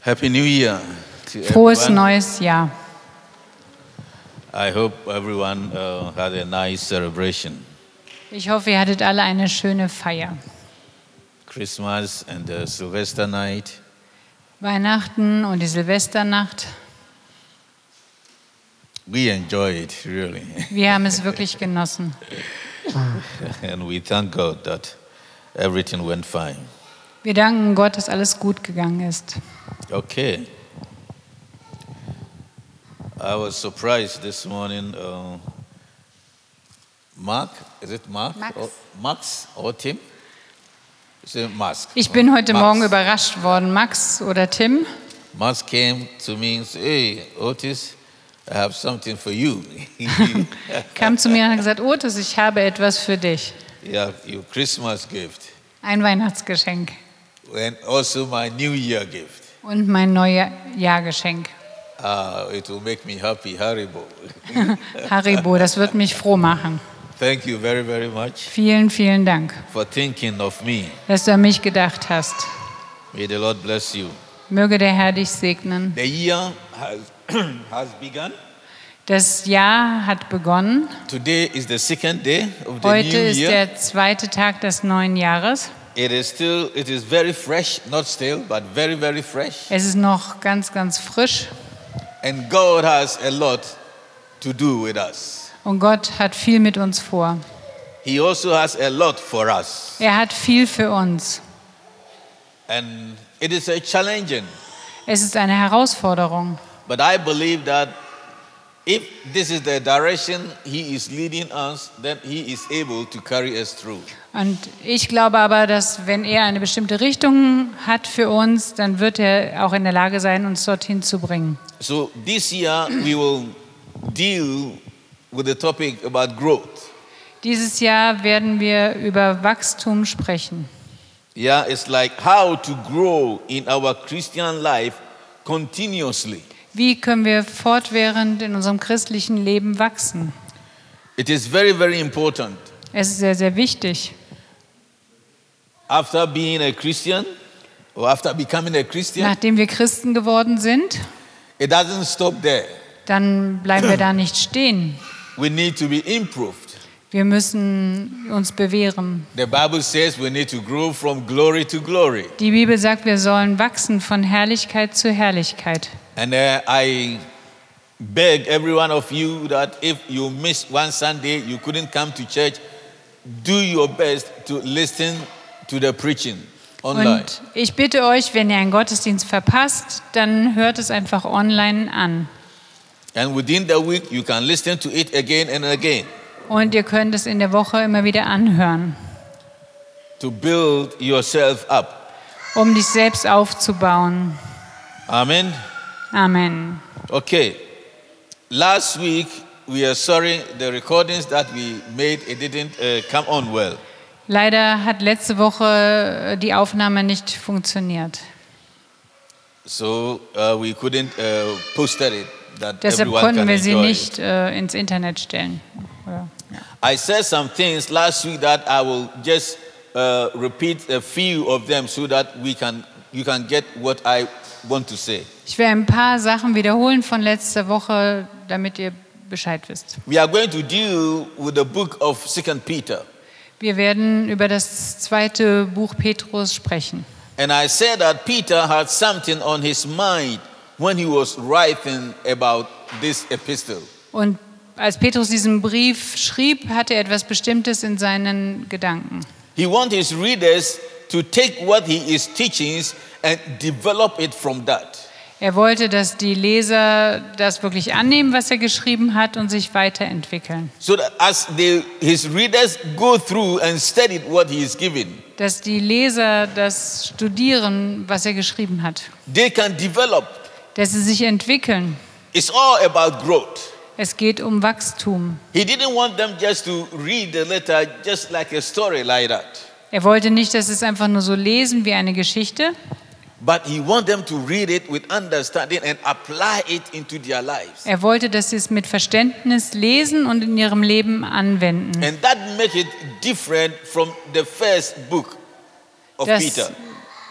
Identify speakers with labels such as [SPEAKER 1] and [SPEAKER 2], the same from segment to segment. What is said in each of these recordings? [SPEAKER 1] Happy New Year. to
[SPEAKER 2] Frohes
[SPEAKER 1] everyone.
[SPEAKER 2] neues Jahr.
[SPEAKER 1] I hope everyone uh, had a nice celebration.
[SPEAKER 2] Ich hoffe, ihr hattet alle eine schöne Feier.
[SPEAKER 1] Christmas and uh, Sylvester night.
[SPEAKER 2] Weihnachten und die Silvesternacht.
[SPEAKER 1] We enjoyed it, really.
[SPEAKER 2] Wir haben es wirklich genossen.
[SPEAKER 1] and we thank God that everything went fine.
[SPEAKER 2] Wir danken Gott, dass alles gut gegangen ist.
[SPEAKER 1] Okay. I was surprised this morning. Uh, Mark, is it Mark?
[SPEAKER 2] Max.
[SPEAKER 1] Or, Max or Tim? Is it Max?
[SPEAKER 2] Ich bin heute
[SPEAKER 1] Max.
[SPEAKER 2] Morgen überrascht worden. Max oder Tim?
[SPEAKER 1] Max came to me and said, Hey, Otis, I have something for you.
[SPEAKER 2] Kam zu mir und hat gesagt, Otis, ich habe etwas für dich.
[SPEAKER 1] yeah, your Christmas gift.
[SPEAKER 2] Ein Weihnachtsgeschenk
[SPEAKER 1] And also my New Year gift.
[SPEAKER 2] und mein neuer Jahrgeschenk.
[SPEAKER 1] Uh, it will make me happy, Haribo.
[SPEAKER 2] Haribo, das wird mich froh machen.
[SPEAKER 1] Thank you very, very much
[SPEAKER 2] Vielen, vielen Dank,
[SPEAKER 1] for thinking of me.
[SPEAKER 2] dass du an mich gedacht hast.
[SPEAKER 1] May the Lord bless you.
[SPEAKER 2] Möge der Herr dich segnen.
[SPEAKER 1] The year has, has begun.
[SPEAKER 2] Das Jahr hat begonnen.
[SPEAKER 1] Today is the second day of the
[SPEAKER 2] Heute
[SPEAKER 1] new
[SPEAKER 2] ist
[SPEAKER 1] year.
[SPEAKER 2] der zweite Tag des neuen Jahres.
[SPEAKER 1] It is still, it is very fresh, not still, but very, very fresh.
[SPEAKER 2] Es ist noch ganz, ganz frisch
[SPEAKER 1] And God has a lot to do with us.
[SPEAKER 2] und Gott hat viel mit uns vor.
[SPEAKER 1] He also has a lot for us.
[SPEAKER 2] Er hat viel für uns.
[SPEAKER 1] And it is a challenging,
[SPEAKER 2] Es ist eine Herausforderung.
[SPEAKER 1] but I believe that if this is the direction He is leading us, then He is able to carry us through.
[SPEAKER 2] Und ich glaube aber, dass wenn er eine bestimmte Richtung hat für uns, dann wird er auch in der Lage sein, uns dorthin zu bringen.
[SPEAKER 1] So this year we will deal with the topic about growth.
[SPEAKER 2] Dieses Jahr werden wir über Wachstum sprechen.
[SPEAKER 1] Yeah, it's like how to grow in our Christian life continuously.
[SPEAKER 2] Wie können wir fortwährend in unserem christlichen Leben wachsen?
[SPEAKER 1] It is very, very important.
[SPEAKER 2] Es ist sehr, sehr wichtig.
[SPEAKER 1] After being a Christian or after becoming a Christian,
[SPEAKER 2] Nachdem wir Christen geworden sind,
[SPEAKER 1] it doesn't stop there.
[SPEAKER 2] dann bleiben wir da nicht stehen.
[SPEAKER 1] We need to be improved.
[SPEAKER 2] Wir müssen uns bewähren.
[SPEAKER 1] The Bible says we need to grow from glory to glory.
[SPEAKER 2] Die Bibel sagt, wir sollen wachsen von Herrlichkeit zu Herrlichkeit.
[SPEAKER 1] And uh, I beg every one of you that if you missed one Sunday, you couldn't come to church, do your best to listen to the preaching online.
[SPEAKER 2] Und ich bitte euch, wenn ihr einen Gottesdienst verpasst, dann hört es einfach online an.
[SPEAKER 1] And within the week, you can listen to it again and again
[SPEAKER 2] Und ihr könnt es in der Woche immer wieder anhören,
[SPEAKER 1] to build yourself up.
[SPEAKER 2] um dich selbst aufzubauen.
[SPEAKER 1] Amen.
[SPEAKER 2] Amen.
[SPEAKER 1] Okay. Last week, we are sorry the recordings that we made it didn't uh, come on well.
[SPEAKER 2] Leider hat letzte Woche äh, die Aufnahme nicht funktioniert.
[SPEAKER 1] So uh, we couldn't uh, post it that
[SPEAKER 2] Deshalb
[SPEAKER 1] everyone
[SPEAKER 2] konnten
[SPEAKER 1] can
[SPEAKER 2] wir sie
[SPEAKER 1] enjoy it.
[SPEAKER 2] nicht äh, ins Internet stellen. Ja.
[SPEAKER 1] I said some things last week that I will just uh, repeat a few of them so that we can, you can get what I want to say.
[SPEAKER 2] Ich werde ein paar Sachen wiederholen von letzter Woche, damit ihr Bescheid wisst.
[SPEAKER 1] We are going to deal with the book of Second Peter,
[SPEAKER 2] Wir werden über das zweite Buch Petrus sprechen.
[SPEAKER 1] and I said that Peter had something on his mind when he was writing about this epistle.
[SPEAKER 2] Und als Petrus diesen Brief schrieb, hatte er etwas Bestimmtes in seinen Gedanken.
[SPEAKER 1] He wants his readers to take what he is teaching and develop it from that.
[SPEAKER 2] Er wollte, dass die Leser das wirklich annehmen, was er geschrieben hat und sich weiterentwickeln.
[SPEAKER 1] So that as they, his readers go through and study what he is giving,
[SPEAKER 2] Dass die Leser das studieren, was er geschrieben hat.
[SPEAKER 1] they can develop.
[SPEAKER 2] Dass sie sich entwickeln.
[SPEAKER 1] It's all about growth.
[SPEAKER 2] Es geht um Wachstum.
[SPEAKER 1] He didn't want them just to read the letter just like a story like that,
[SPEAKER 2] Er wollte nicht, dass sie es einfach nur so lesen wie eine Geschichte,
[SPEAKER 1] but he wanted them to read it with understanding and apply it into their lives.
[SPEAKER 2] Er wollte, dass sie es mit Verständnis lesen und in ihrem Leben anwenden.
[SPEAKER 1] And that makes it different from the first book of
[SPEAKER 2] Das
[SPEAKER 1] Peter.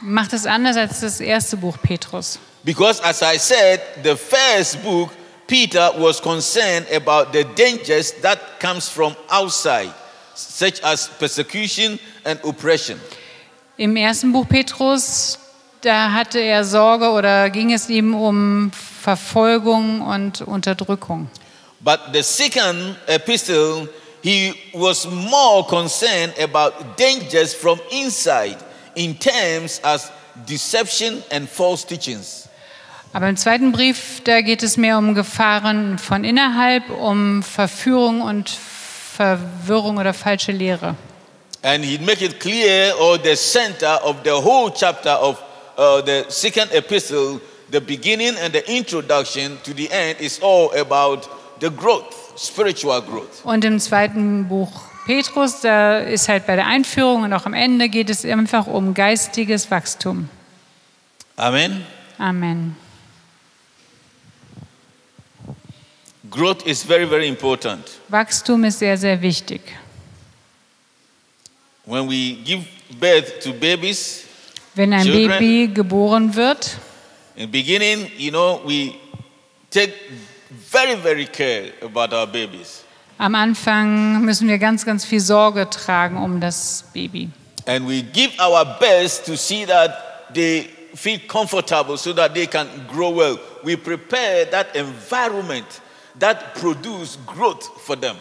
[SPEAKER 2] macht es anders als das erste Buch Petrus.
[SPEAKER 1] Because, as I said, the first book, Peter was concerned about the dangers that comes from outside, such as persecution and oppression.
[SPEAKER 2] Im ersten Buch Petrus, da hatte er Sorge oder ging es ihm um Verfolgung und Unterdrückung.
[SPEAKER 1] But the second epistle, he was more concerned about dangers from inside in terms as deception and false teachings.
[SPEAKER 2] Aber im zweiten Brief, da geht es mehr um Gefahren von innerhalb, um Verführung und Verwirrung oder falsche Lehre.
[SPEAKER 1] And he make it clear, or the center of the whole chapter of uh, the second epistle, the beginning and the introduction to the end is all about the growth, spiritual growth.
[SPEAKER 2] Und im zweiten Buch Petrus, da ist halt bei der Einführung und auch am Ende geht es einfach um geistiges Wachstum.
[SPEAKER 1] Amen.
[SPEAKER 2] Amen.
[SPEAKER 1] Growth is very, very important.
[SPEAKER 2] Wachstum ist sehr, sehr wichtig.
[SPEAKER 1] When we give birth to babies,
[SPEAKER 2] Wenn ein
[SPEAKER 1] Children.
[SPEAKER 2] Baby geboren wird,
[SPEAKER 1] in the beginning, you know, we take very, very care about our babies.
[SPEAKER 2] am Anfang müssen wir ganz, ganz viel Sorge tragen um das Baby.
[SPEAKER 1] And we give our best to see that they feel comfortable so that they can grow well. We prepare that environment that produce growth for them.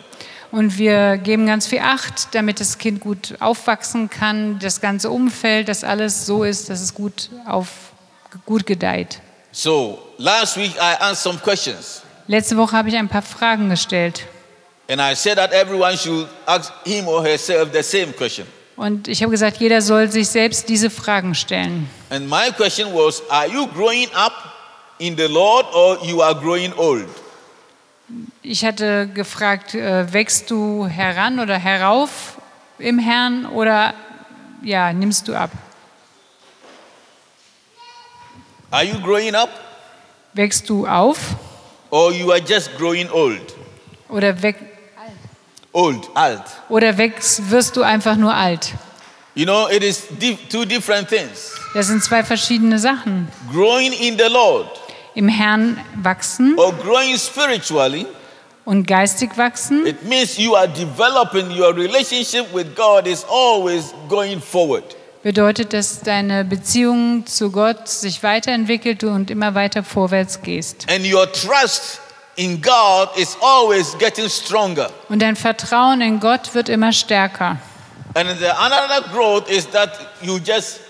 [SPEAKER 2] Und wir geben ganz viel Acht, damit das Kind gut aufwachsen kann, das ganze Umfeld, dass alles so ist, dass es gut, auf, gut gedeiht.
[SPEAKER 1] So last week I asked some questions
[SPEAKER 2] Letzte Woche habe ich ein paar Fragen gestellt.
[SPEAKER 1] and I said that everyone should ask him or herself the same question.
[SPEAKER 2] Und ich habe gesagt, jeder soll sich selbst diese Fragen stellen.
[SPEAKER 1] And my question was, are you growing up in the Lord or you are growing old?
[SPEAKER 2] Ich hatte gefragt, äh, wächst du heran oder herauf im Herrn oder ja, nimmst du ab?
[SPEAKER 1] Are you growing up
[SPEAKER 2] Wächst du auf
[SPEAKER 1] or you are just growing old?
[SPEAKER 2] oder, weg,
[SPEAKER 1] Old, alt.
[SPEAKER 2] oder wächst, wirst du einfach nur alt?
[SPEAKER 1] You know, it is di- two different things.
[SPEAKER 2] Das sind zwei verschiedene Sachen.
[SPEAKER 1] growing in the Lord
[SPEAKER 2] Im Herrn wachsen
[SPEAKER 1] or growing spiritually,
[SPEAKER 2] und geistig wachsen,
[SPEAKER 1] it means you are developing your relationship with God is always going forward.
[SPEAKER 2] bedeutet, dass deine Beziehung zu Gott sich weiterentwickelt und immer weiter vorwärts gehst.
[SPEAKER 1] And your trust in God is always getting stronger.
[SPEAKER 2] Und dein Vertrauen in Gott wird immer stärker.
[SPEAKER 1] And the another growth is that you just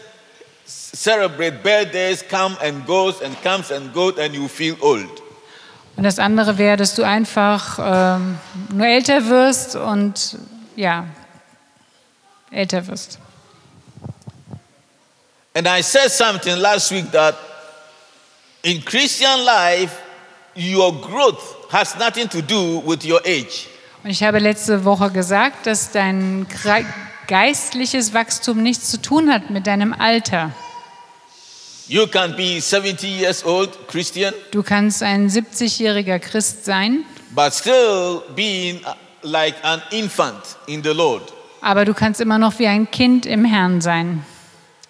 [SPEAKER 1] celebrate birthdays, come and goes and comes and goes, and you feel old.
[SPEAKER 2] Und das andere wäre, dass du einfach ähm, nur älter wirst und ja, älter wirst.
[SPEAKER 1] And I said something last week that in Christian life, your growth has nothing to do with your age.
[SPEAKER 2] Und ich habe letzte Woche gesagt, dass dein kre- geistliches Wachstum nichts zu tun hat mit deinem Alter.
[SPEAKER 1] You can be 70 years old Christian,
[SPEAKER 2] Du kannst ein 70-jähriger Christ sein,
[SPEAKER 1] but still being uh, like an infant in the Lord.
[SPEAKER 2] aber du kannst immer noch wie ein Kind im Herrn sein.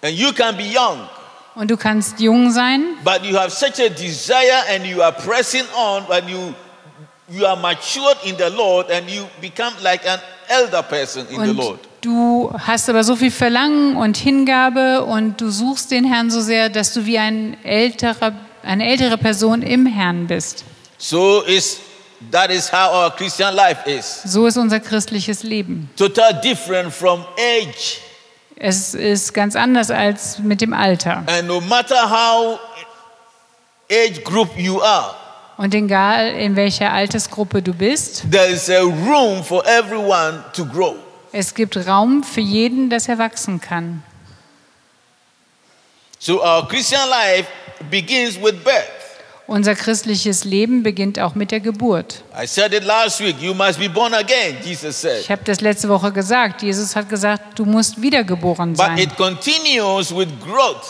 [SPEAKER 1] And you can be young,
[SPEAKER 2] Und du kannst jung sein,
[SPEAKER 1] but you have such a desire and you are pressing on, but you you are matured in the Lord and you become like an elder person in the
[SPEAKER 2] Und
[SPEAKER 1] Lord.
[SPEAKER 2] du hast aber so viel Verlangen und Hingabe und du suchst den Herrn so sehr, dass du wie ein älterer, eine ältere Person im Herrn bist.
[SPEAKER 1] So is that is how our Christian life is.
[SPEAKER 2] So ist unser christliches Leben.
[SPEAKER 1] Total different from age.
[SPEAKER 2] Es ist ganz anders als mit dem Alter.
[SPEAKER 1] And no matter how age group you are,
[SPEAKER 2] Und egal in welcher Altersgruppe du bist,
[SPEAKER 1] there is a room for everyone to grow.
[SPEAKER 2] es gibt Raum für jeden, dass er wachsen kann.
[SPEAKER 1] So our Christian life begins with birth.
[SPEAKER 2] Unser christliches Leben beginnt auch mit der Geburt.
[SPEAKER 1] I said it last week. You must be born again, Jesus said.
[SPEAKER 2] Ich habe das letzte Woche gesagt. Jesus hat gesagt, du musst wiedergeboren
[SPEAKER 1] But
[SPEAKER 2] sein.
[SPEAKER 1] it continues with growth.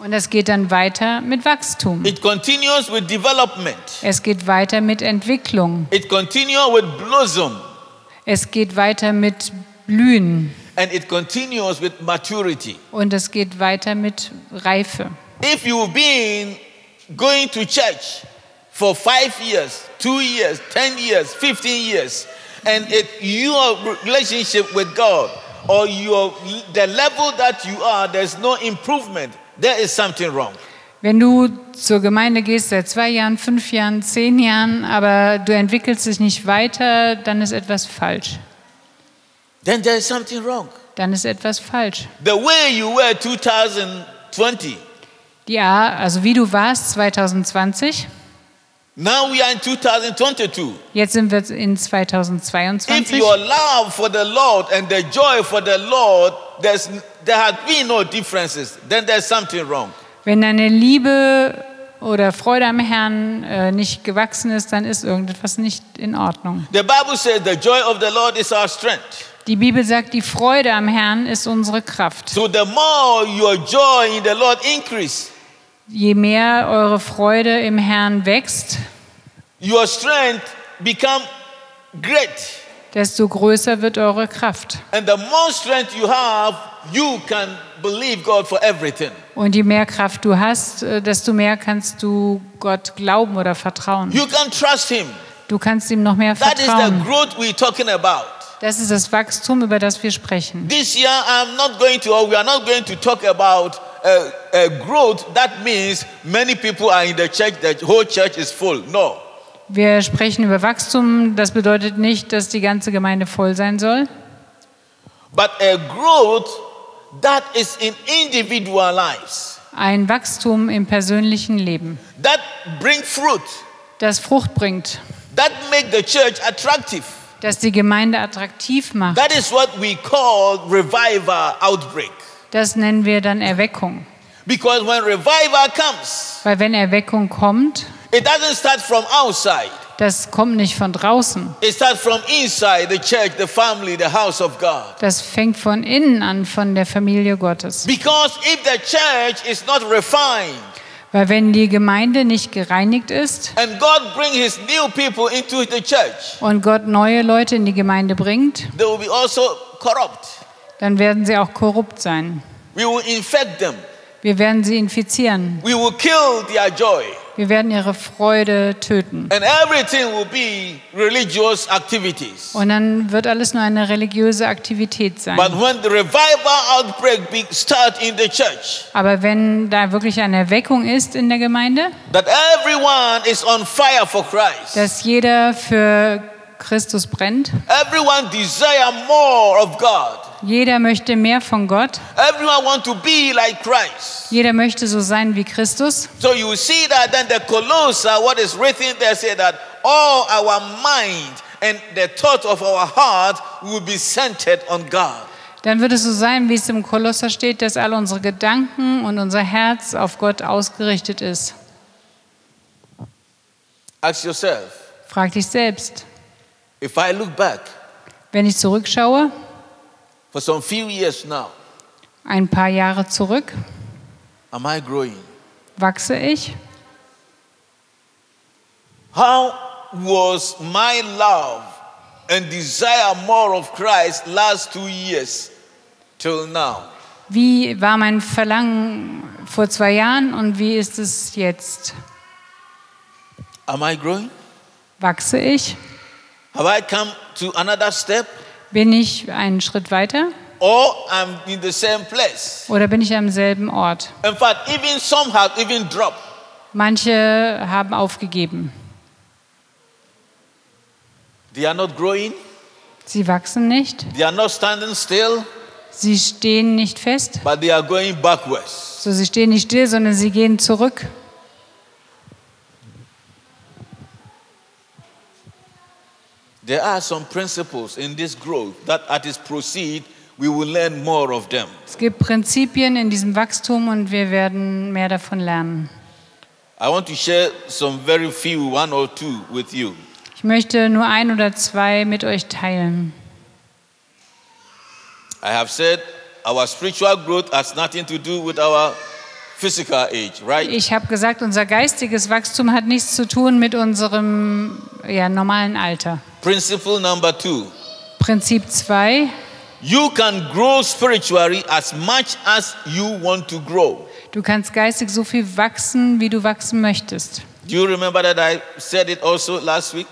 [SPEAKER 2] Und das geht dann weiter mit Wachstum.
[SPEAKER 1] It continues with development.
[SPEAKER 2] Es geht weiter mit Entwicklung.
[SPEAKER 1] It continues with blossom.
[SPEAKER 2] Es geht weiter mit Blühen.
[SPEAKER 1] And it continues with maturity.
[SPEAKER 2] Und es geht weiter mit Reife.
[SPEAKER 1] If you've been going to church for five years, two years, 10 years, 15 years, and it, your relationship with God or your, the level that you are, there's no improvement, there is something wrong.
[SPEAKER 2] Wenn du zur Gemeinde gehst seit zwei Jahren, fünf Jahren, zehn Jahren, aber du entwickelst dich nicht weiter, dann ist etwas falsch.
[SPEAKER 1] Then there is something wrong.
[SPEAKER 2] Dann ist etwas falsch.
[SPEAKER 1] The way you were 2020,
[SPEAKER 2] Ja, also wie du warst 2020,
[SPEAKER 1] now we are in 2022.
[SPEAKER 2] jetzt sind wir in
[SPEAKER 1] If
[SPEAKER 2] 2022.
[SPEAKER 1] your love for the Lord and the joy for the Lord, there's, there has been no differences, then there's something wrong.
[SPEAKER 2] Wenn deine Liebe oder Freude am Herrn äh, nicht gewachsen ist, dann ist irgendetwas nicht in Ordnung.
[SPEAKER 1] The Bible says the joy of the Lord is our strength.
[SPEAKER 2] Die Bibel sagt, die Freude am Herrn ist unsere Kraft.
[SPEAKER 1] So the more your joy in the Lord increase,
[SPEAKER 2] Je mehr eure Freude im Herrn wächst,
[SPEAKER 1] your strength become great.
[SPEAKER 2] desto größer wird eure Kraft.
[SPEAKER 1] And the more strength you have, you can believe God for everything.
[SPEAKER 2] Und je mehr Kraft du hast, äh, desto mehr kannst du Gott glauben oder vertrauen.
[SPEAKER 1] You can trust Him.
[SPEAKER 2] Du kannst ihm noch mehr
[SPEAKER 1] That is the
[SPEAKER 2] vertrauen.
[SPEAKER 1] growth we're talking about.
[SPEAKER 2] Das ist das Wachstum, über das wir sprechen.
[SPEAKER 1] This year, I'm not going to, or we are not going to talk about uh, uh, growth. That means many people are in the church, the whole church is full. No.
[SPEAKER 2] Wir sprechen über Wachstum. Das bedeutet nicht, dass die ganze Gemeinde voll sein soll,
[SPEAKER 1] But a growth that is in individual lives,
[SPEAKER 2] ein Wachstum im persönlichen Leben,
[SPEAKER 1] that bring fruit,
[SPEAKER 2] das Frucht bringt,
[SPEAKER 1] that make the church attractive.
[SPEAKER 2] das die Gemeinde attraktiv macht.
[SPEAKER 1] That is what we call revival outbreak.
[SPEAKER 2] Das nennen wir dann Erweckung.
[SPEAKER 1] Because when revival comes,
[SPEAKER 2] Weil wenn Erweckung kommt,
[SPEAKER 1] it doesn't start from outside.
[SPEAKER 2] das kommt nicht von draußen.
[SPEAKER 1] It starts from inside the church, the family, the house of God.
[SPEAKER 2] Das fängt von innen an, von der Familie Gottes.
[SPEAKER 1] Because if the church is not refined
[SPEAKER 2] Weil wenn die Gemeinde nicht gereinigt ist
[SPEAKER 1] and God bring his new people into the church,
[SPEAKER 2] und Gott neue Leute in die Gemeinde bringt,
[SPEAKER 1] they will be also corrupt.
[SPEAKER 2] dann werden sie auch korrupt sein.
[SPEAKER 1] We will infect them.
[SPEAKER 2] Wir werden sie infizieren.
[SPEAKER 1] We will kill their joy.
[SPEAKER 2] Wir werden ihre Freude töten.
[SPEAKER 1] And everything will be religious activities.
[SPEAKER 2] Und dann wird alles nur eine religiöse Aktivität sein.
[SPEAKER 1] But when the revival outbreak be, start in the church,
[SPEAKER 2] Aber wenn da wirklich eine Erweckung ist in der Gemeinde,
[SPEAKER 1] that everyone is on fire for Christ.
[SPEAKER 2] dass jeder für Christus brennt,
[SPEAKER 1] Everyone desire more of God.
[SPEAKER 2] jeder möchte mehr von Gott,
[SPEAKER 1] Everyone want to be like Christ.
[SPEAKER 2] jeder möchte so sein wie Christus,
[SPEAKER 1] So you will see that then the Colossae, what is written there, say that all our mind and the thought of our heart will be centered on God.
[SPEAKER 2] dann wird es so sein, wie es im Kolosser steht, dass alle unsere Gedanken und unser Herz auf Gott ausgerichtet ist.
[SPEAKER 1] Ask yourself,
[SPEAKER 2] Frag dich selbst.
[SPEAKER 1] if I look back
[SPEAKER 2] Wenn ich zurückschaue,
[SPEAKER 1] for some few years now,
[SPEAKER 2] ein paar Jahre zurück,
[SPEAKER 1] am I growing?
[SPEAKER 2] wachse ich?
[SPEAKER 1] How was my love and desire more of Christ last two years till now?
[SPEAKER 2] Wie war mein Verlangen vor zwei Jahren und wie ist es jetzt?
[SPEAKER 1] Am I growing?
[SPEAKER 2] Wachse ich?
[SPEAKER 1] Have I come to another step?
[SPEAKER 2] Bin ich einen Schritt weiter
[SPEAKER 1] Or I'm in the same place?
[SPEAKER 2] oder bin ich am selben Ort?
[SPEAKER 1] In fact, even some have even dropped.
[SPEAKER 2] Manche haben aufgegeben.
[SPEAKER 1] They are not growing,
[SPEAKER 2] Sie wachsen nicht,
[SPEAKER 1] they are not standing still,
[SPEAKER 2] sie stehen nicht fest,
[SPEAKER 1] but they are going backwards.
[SPEAKER 2] so sie stehen nicht still, sondern sie gehen zurück.
[SPEAKER 1] There are some principles in this growth that at its proceed, we will learn more of them.
[SPEAKER 2] Es gibt Prinzipien in diesem Wachstum und wir werden mehr davon lernen.
[SPEAKER 1] I want to share some very few, one or two, with you.
[SPEAKER 2] Ich möchte nur ein oder zwei mit euch teilen.
[SPEAKER 1] I have said our spiritual growth has nothing to do with our physical age, right?
[SPEAKER 2] Ich habe gesagt, unser geistiges Wachstum hat nichts zu tun mit unserem ja, normalen Alter.
[SPEAKER 1] Principle number two
[SPEAKER 2] Prinzip 2,
[SPEAKER 1] you can grow spiritually as much as you want to grow.
[SPEAKER 2] Du kannst geistig so viel wachsen, wie du wachsen möchtest.
[SPEAKER 1] Do you remember that I said it also last week?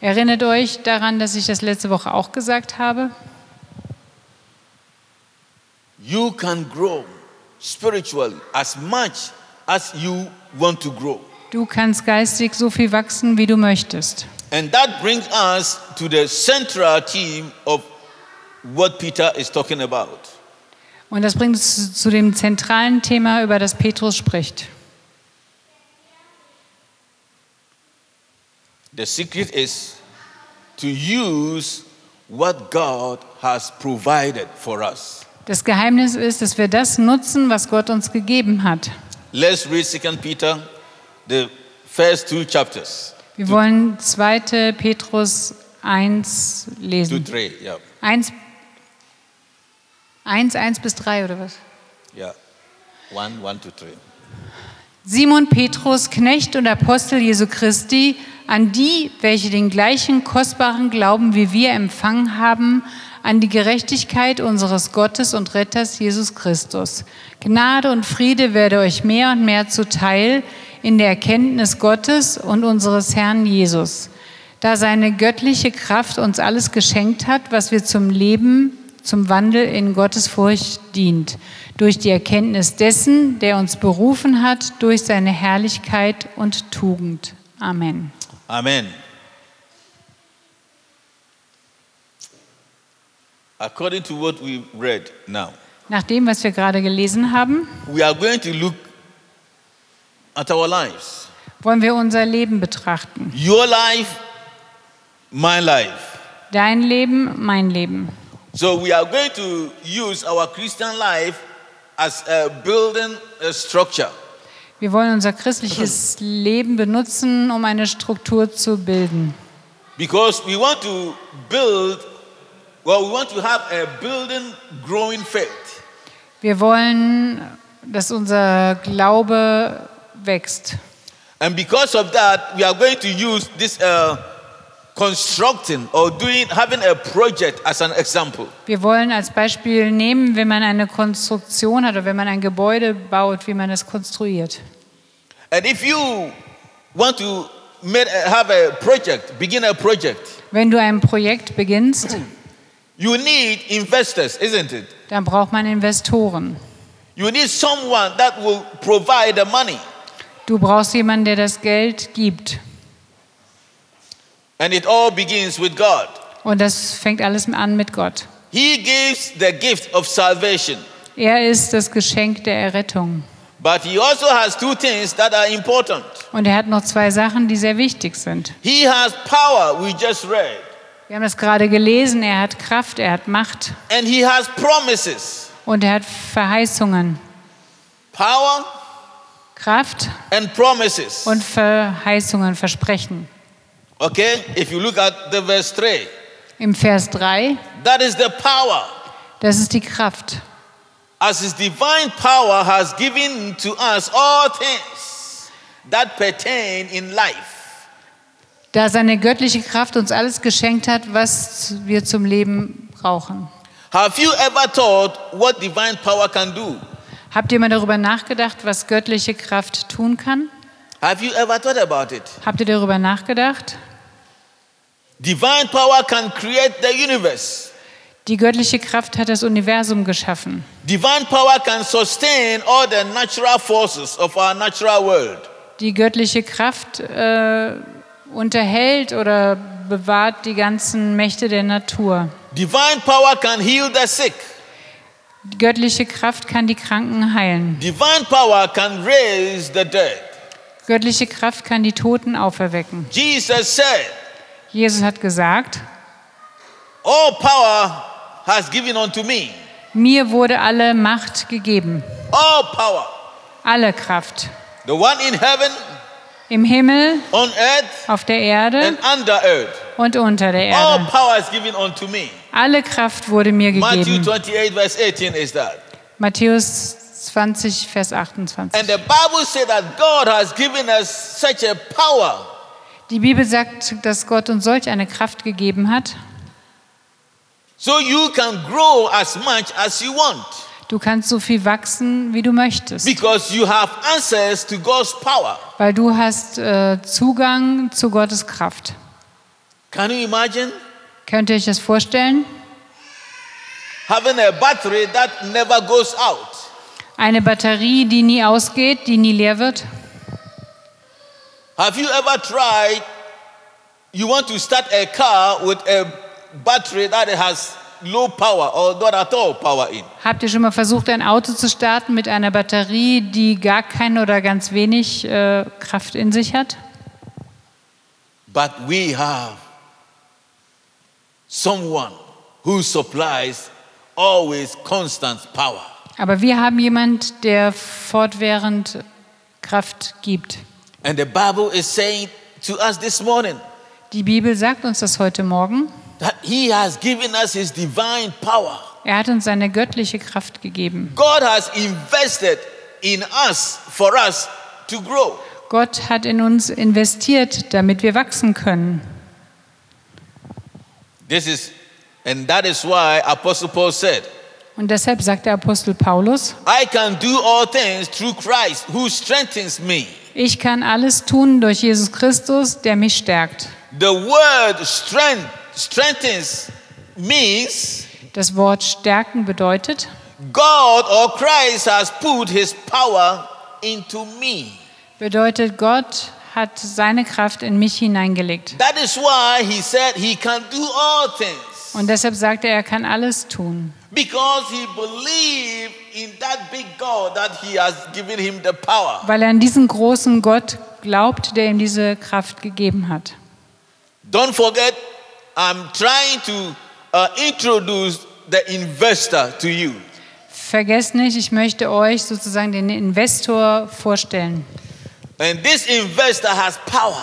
[SPEAKER 2] Erinnert euch daran, dass ich das letzte Woche auch gesagt habe.
[SPEAKER 1] You can grow spiritually as much as you want to grow.
[SPEAKER 2] Du kannst geistig so viel wachsen, wie du möchtest.
[SPEAKER 1] And that brings us to the central theme of what Peter is talking about.
[SPEAKER 2] Und das bringt uns zu- zu dem zentralen Thema, über das Petrus spricht.
[SPEAKER 1] The secret is to use what God has provided for us.
[SPEAKER 2] Das Geheimnis ist, dass wir das nutzen, was Gott uns gegeben hat.
[SPEAKER 1] Let's read 2 Peter, the first two chapters,
[SPEAKER 2] Wir wollen 2. Petrus 1
[SPEAKER 1] two,
[SPEAKER 2] lesen.
[SPEAKER 1] three. Yeah,
[SPEAKER 2] 1, 1, 1 bis 3 oder was?
[SPEAKER 1] yeah. One, one, two, three.
[SPEAKER 2] Simon Petrus, Knecht und Apostel Jesu Christi, an die, welche den gleichen kostbaren Glauben wie wir empfangen haben, an die Gerechtigkeit unseres Gottes und Retters Jesus Christus. Gnade und Friede werde euch mehr und mehr zuteil in der Erkenntnis Gottes und unseres Herrn Jesus, da seine göttliche Kraft uns alles geschenkt hat, was wir zum Leben zum Wandel in Gottes Furcht dient, durch die Erkenntnis dessen, der uns berufen hat, durch seine Herrlichkeit und Tugend. Amen.
[SPEAKER 1] Amen. According to what we read now,
[SPEAKER 2] Nach dem, was wir gerade gelesen haben,
[SPEAKER 1] we are going to look at our lives.
[SPEAKER 2] wollen wir unser Leben betrachten.
[SPEAKER 1] Your life, my life.
[SPEAKER 2] Dein Leben, mein Leben.
[SPEAKER 1] So we are going to use our Christian life as a building a structure.
[SPEAKER 2] Wir wollen unser christliches Leben benutzen, um eine Struktur zu bilden.
[SPEAKER 1] Because we want to build, well, we want to have a building growing faith.
[SPEAKER 2] Wir wollen, dass unser Glaube wächst.
[SPEAKER 1] And because of that, we are going to use this uh, constructing or doing, having a project as an example.
[SPEAKER 2] Wir wollen als Beispiel nehmen, wenn man eine Konstruktion hat oder wenn man ein Gebäude baut, wie man das konstruiert.
[SPEAKER 1] And if you want to make, uh, have a project, begin a project,
[SPEAKER 2] Wenn du ein Projekt beginnst,
[SPEAKER 1] you need investors, isn't it?
[SPEAKER 2] dann braucht man Investoren.
[SPEAKER 1] You need someone that will provide the money.
[SPEAKER 2] Du brauchst jemanden, der das Geld gibt.
[SPEAKER 1] And it all begins with God.
[SPEAKER 2] Und das fängt alles an mit Gott.
[SPEAKER 1] He gives the gift of salvation.
[SPEAKER 2] Er ist das Geschenk der Errettung.
[SPEAKER 1] But he also has two things that are important.
[SPEAKER 2] Und er hat noch zwei Sachen, die sehr wichtig sind.
[SPEAKER 1] He has power, we just read,
[SPEAKER 2] Wir haben das gerade gelesen. Er hat Kraft, er hat Macht
[SPEAKER 1] and he has promises.
[SPEAKER 2] und er hat Verheißungen.
[SPEAKER 1] Power
[SPEAKER 2] Kraft
[SPEAKER 1] and promises.
[SPEAKER 2] und Verheißungen, Versprechen.
[SPEAKER 1] Okay? If you look at the verse 3,
[SPEAKER 2] Im Vers 3
[SPEAKER 1] that is the power.
[SPEAKER 2] Das ist die Kraft.
[SPEAKER 1] As his divine power has given to us all things that pertain in life.
[SPEAKER 2] Da seine göttliche Kraft uns alles geschenkt hat, was wir zum Leben brauchen.
[SPEAKER 1] Have you ever thought what divine power can do?
[SPEAKER 2] Habt ihr mal darüber nachgedacht, was göttliche Kraft tun kann?
[SPEAKER 1] Have you ever thought about it?
[SPEAKER 2] Habt ihr darüber nachgedacht?
[SPEAKER 1] Divine power can create the universe.
[SPEAKER 2] Die göttliche Kraft hat das Universum geschaffen.
[SPEAKER 1] Divine power can sustain all the natural forces of our natural world.
[SPEAKER 2] Die göttliche Kraft äh, unterhält oder bewahrt die ganzen Mächte der Natur.
[SPEAKER 1] Divine power can heal the sick.
[SPEAKER 2] Die göttliche Kraft kann die Kranken heilen.
[SPEAKER 1] Divine power can raise the dead.
[SPEAKER 2] Göttliche Kraft kann die Toten auferwecken.
[SPEAKER 1] Jesus said,
[SPEAKER 2] Jesus hat gesagt,
[SPEAKER 1] All power has given unto me.
[SPEAKER 2] Mir wurde alle Macht gegeben,
[SPEAKER 1] All power.
[SPEAKER 2] alle Kraft.
[SPEAKER 1] The one in heaven,
[SPEAKER 2] Im Himmel,
[SPEAKER 1] on earth,
[SPEAKER 2] auf der Erde
[SPEAKER 1] and under earth.
[SPEAKER 2] und unter der
[SPEAKER 1] All
[SPEAKER 2] Erde.
[SPEAKER 1] power is given unto me.
[SPEAKER 2] Alle Kraft wurde mir
[SPEAKER 1] Matthew
[SPEAKER 2] gegeben.
[SPEAKER 1] 28, verse 18 is that.
[SPEAKER 2] Matthäus 20, Vers
[SPEAKER 1] And
[SPEAKER 2] 28.
[SPEAKER 1] the Bible said that God has given us such a power
[SPEAKER 2] Die Bibel sagt, dass Gott uns solch eine Kraft gegeben hat,
[SPEAKER 1] so you can grow as much as you want.
[SPEAKER 2] Du kannst so viel wachsen, wie du möchtest,
[SPEAKER 1] because you have access to God's power.
[SPEAKER 2] weil du hast äh, Zugang zu Gottes Kraft.
[SPEAKER 1] Can you imagine
[SPEAKER 2] Könnt ihr euch das vorstellen?
[SPEAKER 1] having a battery that never goes out?
[SPEAKER 2] Eine Batterie, die nie ausgeht, die nie leer wird.
[SPEAKER 1] Have you ever tried? You want to start a car with a battery that has low power or not at all power in.
[SPEAKER 2] Habt ihr schon mal versucht, ein Auto zu starten mit einer Batterie, die gar keine oder ganz wenig äh, Kraft in sich hat?
[SPEAKER 1] But we have someone who supplies always constant power.
[SPEAKER 2] Aber wir haben jemand, der fortwährend Kraft gibt.
[SPEAKER 1] And the Bible is saying to us this morning
[SPEAKER 2] Die Bibel sagt uns das heute Morgen.
[SPEAKER 1] that He has given us His divine power.
[SPEAKER 2] Er hat uns seine göttliche Kraft gegeben.
[SPEAKER 1] God has invested in us for us to grow.
[SPEAKER 2] Gott hat in uns investiert, damit wir wachsen können.
[SPEAKER 1] This is, and that is why Apostle Paul said,
[SPEAKER 2] Und deshalb sagt der Apostel Paulus,
[SPEAKER 1] I can do all things through Christ who strengthens me.
[SPEAKER 2] ich kann alles tun durch Jesus Christus, der mich stärkt.
[SPEAKER 1] The word strength strengthens means
[SPEAKER 2] Das Wort stärken bedeutet,
[SPEAKER 1] God or Christ has put his power into me.
[SPEAKER 2] bedeutet Gott hat seine Kraft in mich hineingelegt.
[SPEAKER 1] That is why he said he can do all things
[SPEAKER 2] Und deshalb sagt er, er kann alles tun,
[SPEAKER 1] because he believed in that big God that he has given him the power.
[SPEAKER 2] weil er an diesen großen Gott glaubt, der ihm diese Kraft gegeben hat.
[SPEAKER 1] Don't forget, I'm trying to uh, introduce the investor to you.
[SPEAKER 2] Vergesst nicht, ich möchte euch sozusagen den Investor vorstellen.
[SPEAKER 1] And this investor has power.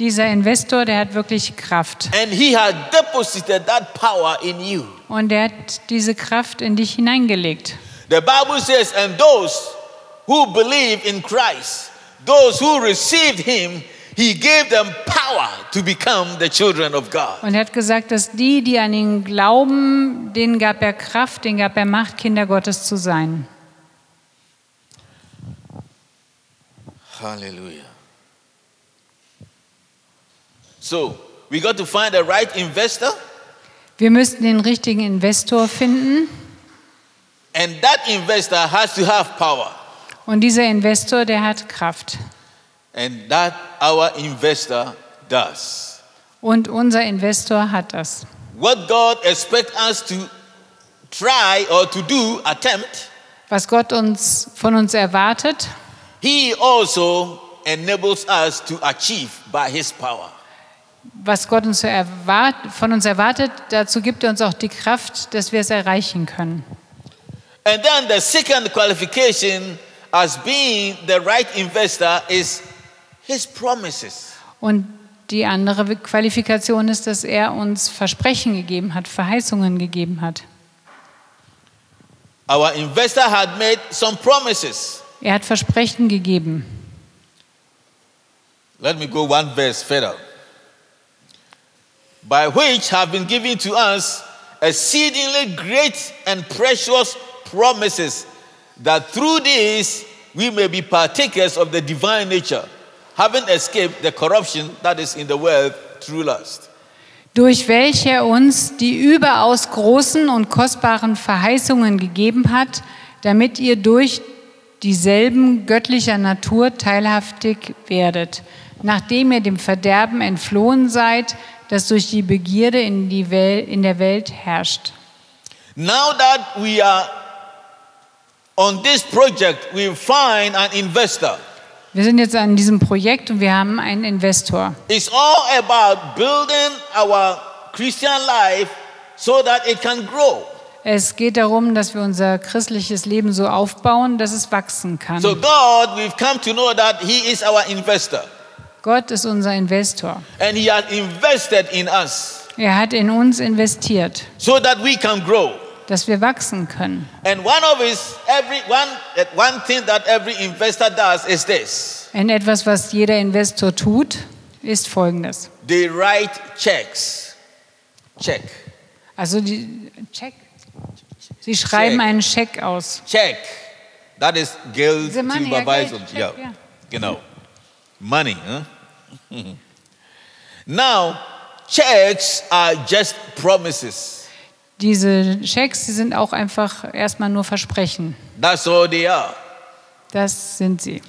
[SPEAKER 2] Dieser Investor, der hat wirklich Kraft
[SPEAKER 1] And he has deposited that power in you.
[SPEAKER 2] und der hat diese Kraft in dich hineingelegt.
[SPEAKER 1] The Bible says, and those who believe in Christ, those who received him, he gave them power to become the children of God.
[SPEAKER 2] Und er hat gesagt, dass die, die an ihn glauben, denen gab er Kraft, denen gab er Macht, Kinder Gottes zu sein.
[SPEAKER 1] Hallelujah. So, we got to find the right investor,
[SPEAKER 2] Wir müssten den richtigen Investor finden.
[SPEAKER 1] and that investor has to have power.
[SPEAKER 2] Und dieser Investor, der hat Kraft.
[SPEAKER 1] And that our investor does.
[SPEAKER 2] Und unser Investor hat das.
[SPEAKER 1] What God expects us to try or to do, attempt,
[SPEAKER 2] Was Gott uns von uns erwartet,
[SPEAKER 1] He also enables us to achieve by His power.
[SPEAKER 2] was Gott uns erwart von uns erwartet, dazu gibt er uns auch die Kraft, dass wir es erreichen können.
[SPEAKER 1] And then the second qualification as being the right investor is His promises.
[SPEAKER 2] Und die andere Qualifikation ist, dass er uns Versprechen gegeben hat, Verheißungen gegeben hat.
[SPEAKER 1] Our investor had made some promises.
[SPEAKER 2] Er hat Versprechen gegeben.
[SPEAKER 1] Let me go one verse further. By which have been given to us exceedingly great and precious promises, that through these we may be partakers of the divine nature, having escaped the corruption that is in the world through lust.
[SPEAKER 2] durch welche er uns die überaus großen und kostbaren Verheißungen gegeben hat, damit ihr durch dieselben göttlicher Natur teilhaftig werdet, nachdem ihr dem Verderben entflohen seid, das durch die Begierde in, die Wel in der Welt herrscht.
[SPEAKER 1] Now that we are on this project, we find an investor.
[SPEAKER 2] Wir sind jetzt an diesem Projekt und wir haben einen Investor.
[SPEAKER 1] It's all about building our Christian life so that it can grow.
[SPEAKER 2] Es geht darum, dass wir unser christliches Leben so aufbauen, dass es wachsen kann.
[SPEAKER 1] So God, we've come to know that He is our investor,
[SPEAKER 2] Gott ist unser Investor.
[SPEAKER 1] and He has invested in us
[SPEAKER 2] Er hat in uns investiert.
[SPEAKER 1] so that we can grow.
[SPEAKER 2] dass wir wachsen können.
[SPEAKER 1] And one of his every one eh, one thing that every investor does is this:
[SPEAKER 2] Und etwas, was jeder Investor tut, ist folgendes.
[SPEAKER 1] they write checks. Check.
[SPEAKER 2] Also die Check, Sie schreiben
[SPEAKER 1] Check.
[SPEAKER 2] einen Scheck aus.
[SPEAKER 1] Check. That is Geld
[SPEAKER 2] The money,
[SPEAKER 1] zu
[SPEAKER 2] ja,
[SPEAKER 1] überweisen.
[SPEAKER 2] Geld, check, ja.
[SPEAKER 1] genau. Money. Huh? Now, checks are just promises.
[SPEAKER 2] Diese Schecks, die sind auch einfach erstmal nur Versprechen.
[SPEAKER 1] That's all they are.
[SPEAKER 2] Das sind sie.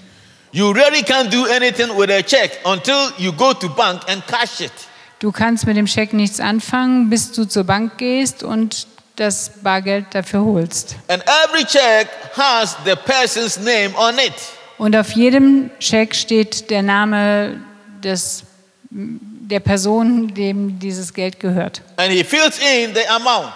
[SPEAKER 1] You really can't do anything with a check until you go to bank and cash it.
[SPEAKER 2] Du kannst mit dem Scheck nichts anfangen, bis du zur Bank gehst und das Bargeld dafür holst.
[SPEAKER 1] And every check has the person's name on it.
[SPEAKER 2] Und auf jedem Scheck steht der Name des, der Person, dem dieses Geld gehört.
[SPEAKER 1] And he fills in the amount.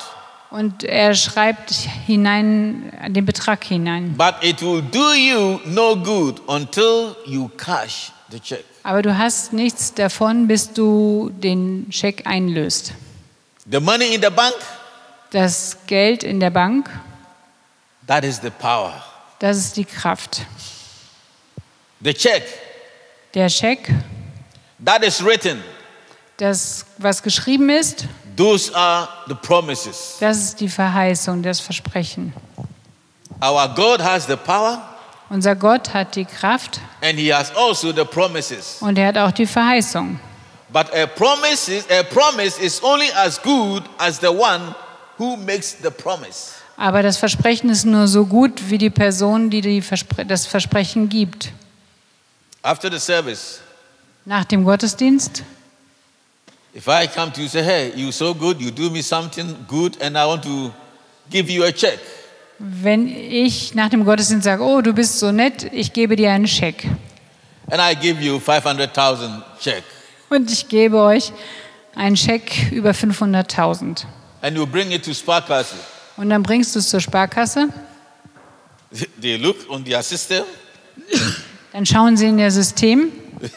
[SPEAKER 2] Und er schreibt hinein den Betrag hinein.
[SPEAKER 1] But it will do you no good until you cash the check.
[SPEAKER 2] Aber du hast nichts davon, bis du den Scheck einlöst.
[SPEAKER 1] The money in the bank,
[SPEAKER 2] Das Geld in der Bank,
[SPEAKER 1] that is the power.
[SPEAKER 2] das ist die Kraft.
[SPEAKER 1] The check,
[SPEAKER 2] Der Scheck,
[SPEAKER 1] that is written.
[SPEAKER 2] das, was geschrieben ist,
[SPEAKER 1] Those are the promises.
[SPEAKER 2] das ist die Verheißung, das Versprechen.
[SPEAKER 1] Our God has the power
[SPEAKER 2] Unser Gott hat die Kraft
[SPEAKER 1] and he has also the promises.
[SPEAKER 2] und er hat auch die Verheißung.
[SPEAKER 1] But a promise is, a promise is only as good as the one who makes the promise.
[SPEAKER 2] Aber das Versprechen ist nur so gut wie die Person, die, die Verspre das Versprechen gibt.
[SPEAKER 1] After the service,
[SPEAKER 2] Nach dem Gottesdienst,
[SPEAKER 1] if I come to you say, "Hey, you so good, you do me something good and I want to give you a check."
[SPEAKER 2] wenn ich nach dem Gottesdienst sage, oh, du bist so nett, ich gebe dir einen Scheck
[SPEAKER 1] and I give you 500,000 check.
[SPEAKER 2] und ich gebe euch einen Scheck über 500.000
[SPEAKER 1] And you bring it to Sparkasse.
[SPEAKER 2] und dann bringst du es zur Sparkasse,
[SPEAKER 1] They look on their system,
[SPEAKER 2] dann schauen sie in ihr System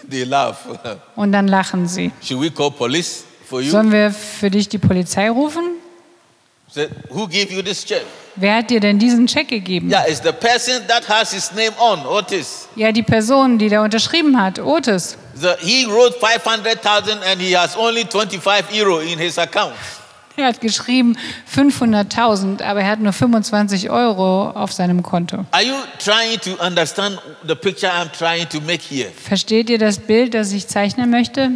[SPEAKER 1] they laugh.
[SPEAKER 2] und dann lachen sie.
[SPEAKER 1] Should we call police for you?
[SPEAKER 2] Sollen wir für dich die Polizei rufen?
[SPEAKER 1] Say, Who gave you this check?
[SPEAKER 2] Wer hat dir denn diesen Scheck gegeben?
[SPEAKER 1] Yeah, it's the person that has his name on, Otis.
[SPEAKER 2] Ja, die Person, die da unterschrieben hat, Otis.
[SPEAKER 1] The, he wrote 500,000 and he has only 25 euro in his account.
[SPEAKER 2] Er hat geschrieben 500.000, aber er hat nur 25 Euro auf seinem Konto.
[SPEAKER 1] Are you trying to understand the picture I'm trying to make here?
[SPEAKER 2] Versteht ihr das Bild, das ich zeichnen möchte?